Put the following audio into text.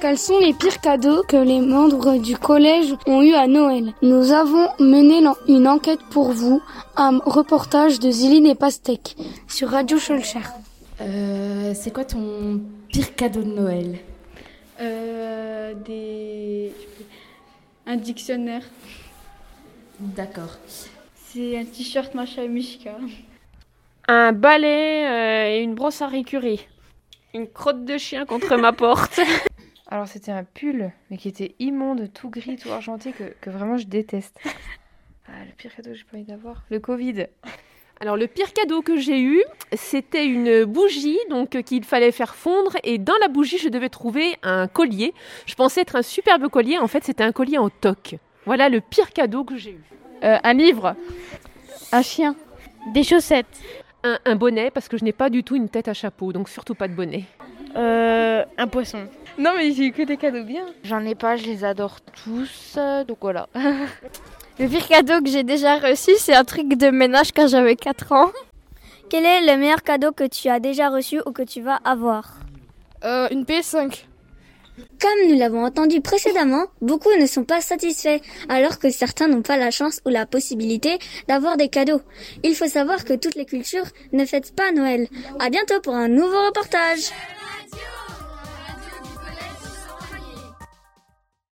Quels sont les pires cadeaux que les membres du collège ont eu à Noël Nous avons mené l'en- une enquête pour vous, un reportage de Ziline et Pastèque sur Radio Schulcher. Euh, c'est quoi ton pire cadeau de Noël Euh, des... Un dictionnaire. D'accord. C'est un t-shirt Macha et Mishka. Un balai euh, et une brosse à récurie. Une crotte de chien contre ma porte. Alors c'était un pull, mais qui était immonde, tout gris, tout argenté, que, que vraiment je déteste. Ah, le pire cadeau que j'ai pas envie d'avoir. Le Covid. Alors le pire cadeau que j'ai eu, c'était une bougie donc euh, qu'il fallait faire fondre et dans la bougie je devais trouver un collier. Je pensais être un superbe collier, en fait c'était un collier en toque. Voilà le pire cadeau que j'ai eu. Euh, un livre, un chien, Des chaussettes. Un, un bonnet parce que je n'ai pas du tout une tête à chapeau, donc surtout pas de bonnet. Euh, un poisson. Non mais j'ai eu que des cadeaux bien. J'en ai pas, je les adore tous, euh, donc voilà. Le pire cadeau que j'ai déjà reçu, c'est un truc de ménage quand j'avais 4 ans. Quel est le meilleur cadeau que tu as déjà reçu ou que tu vas avoir Euh, une PS5. Comme nous l'avons entendu précédemment, beaucoup ne sont pas satisfaits, alors que certains n'ont pas la chance ou la possibilité d'avoir des cadeaux. Il faut savoir que toutes les cultures ne fêtent pas Noël. À bientôt pour un nouveau reportage.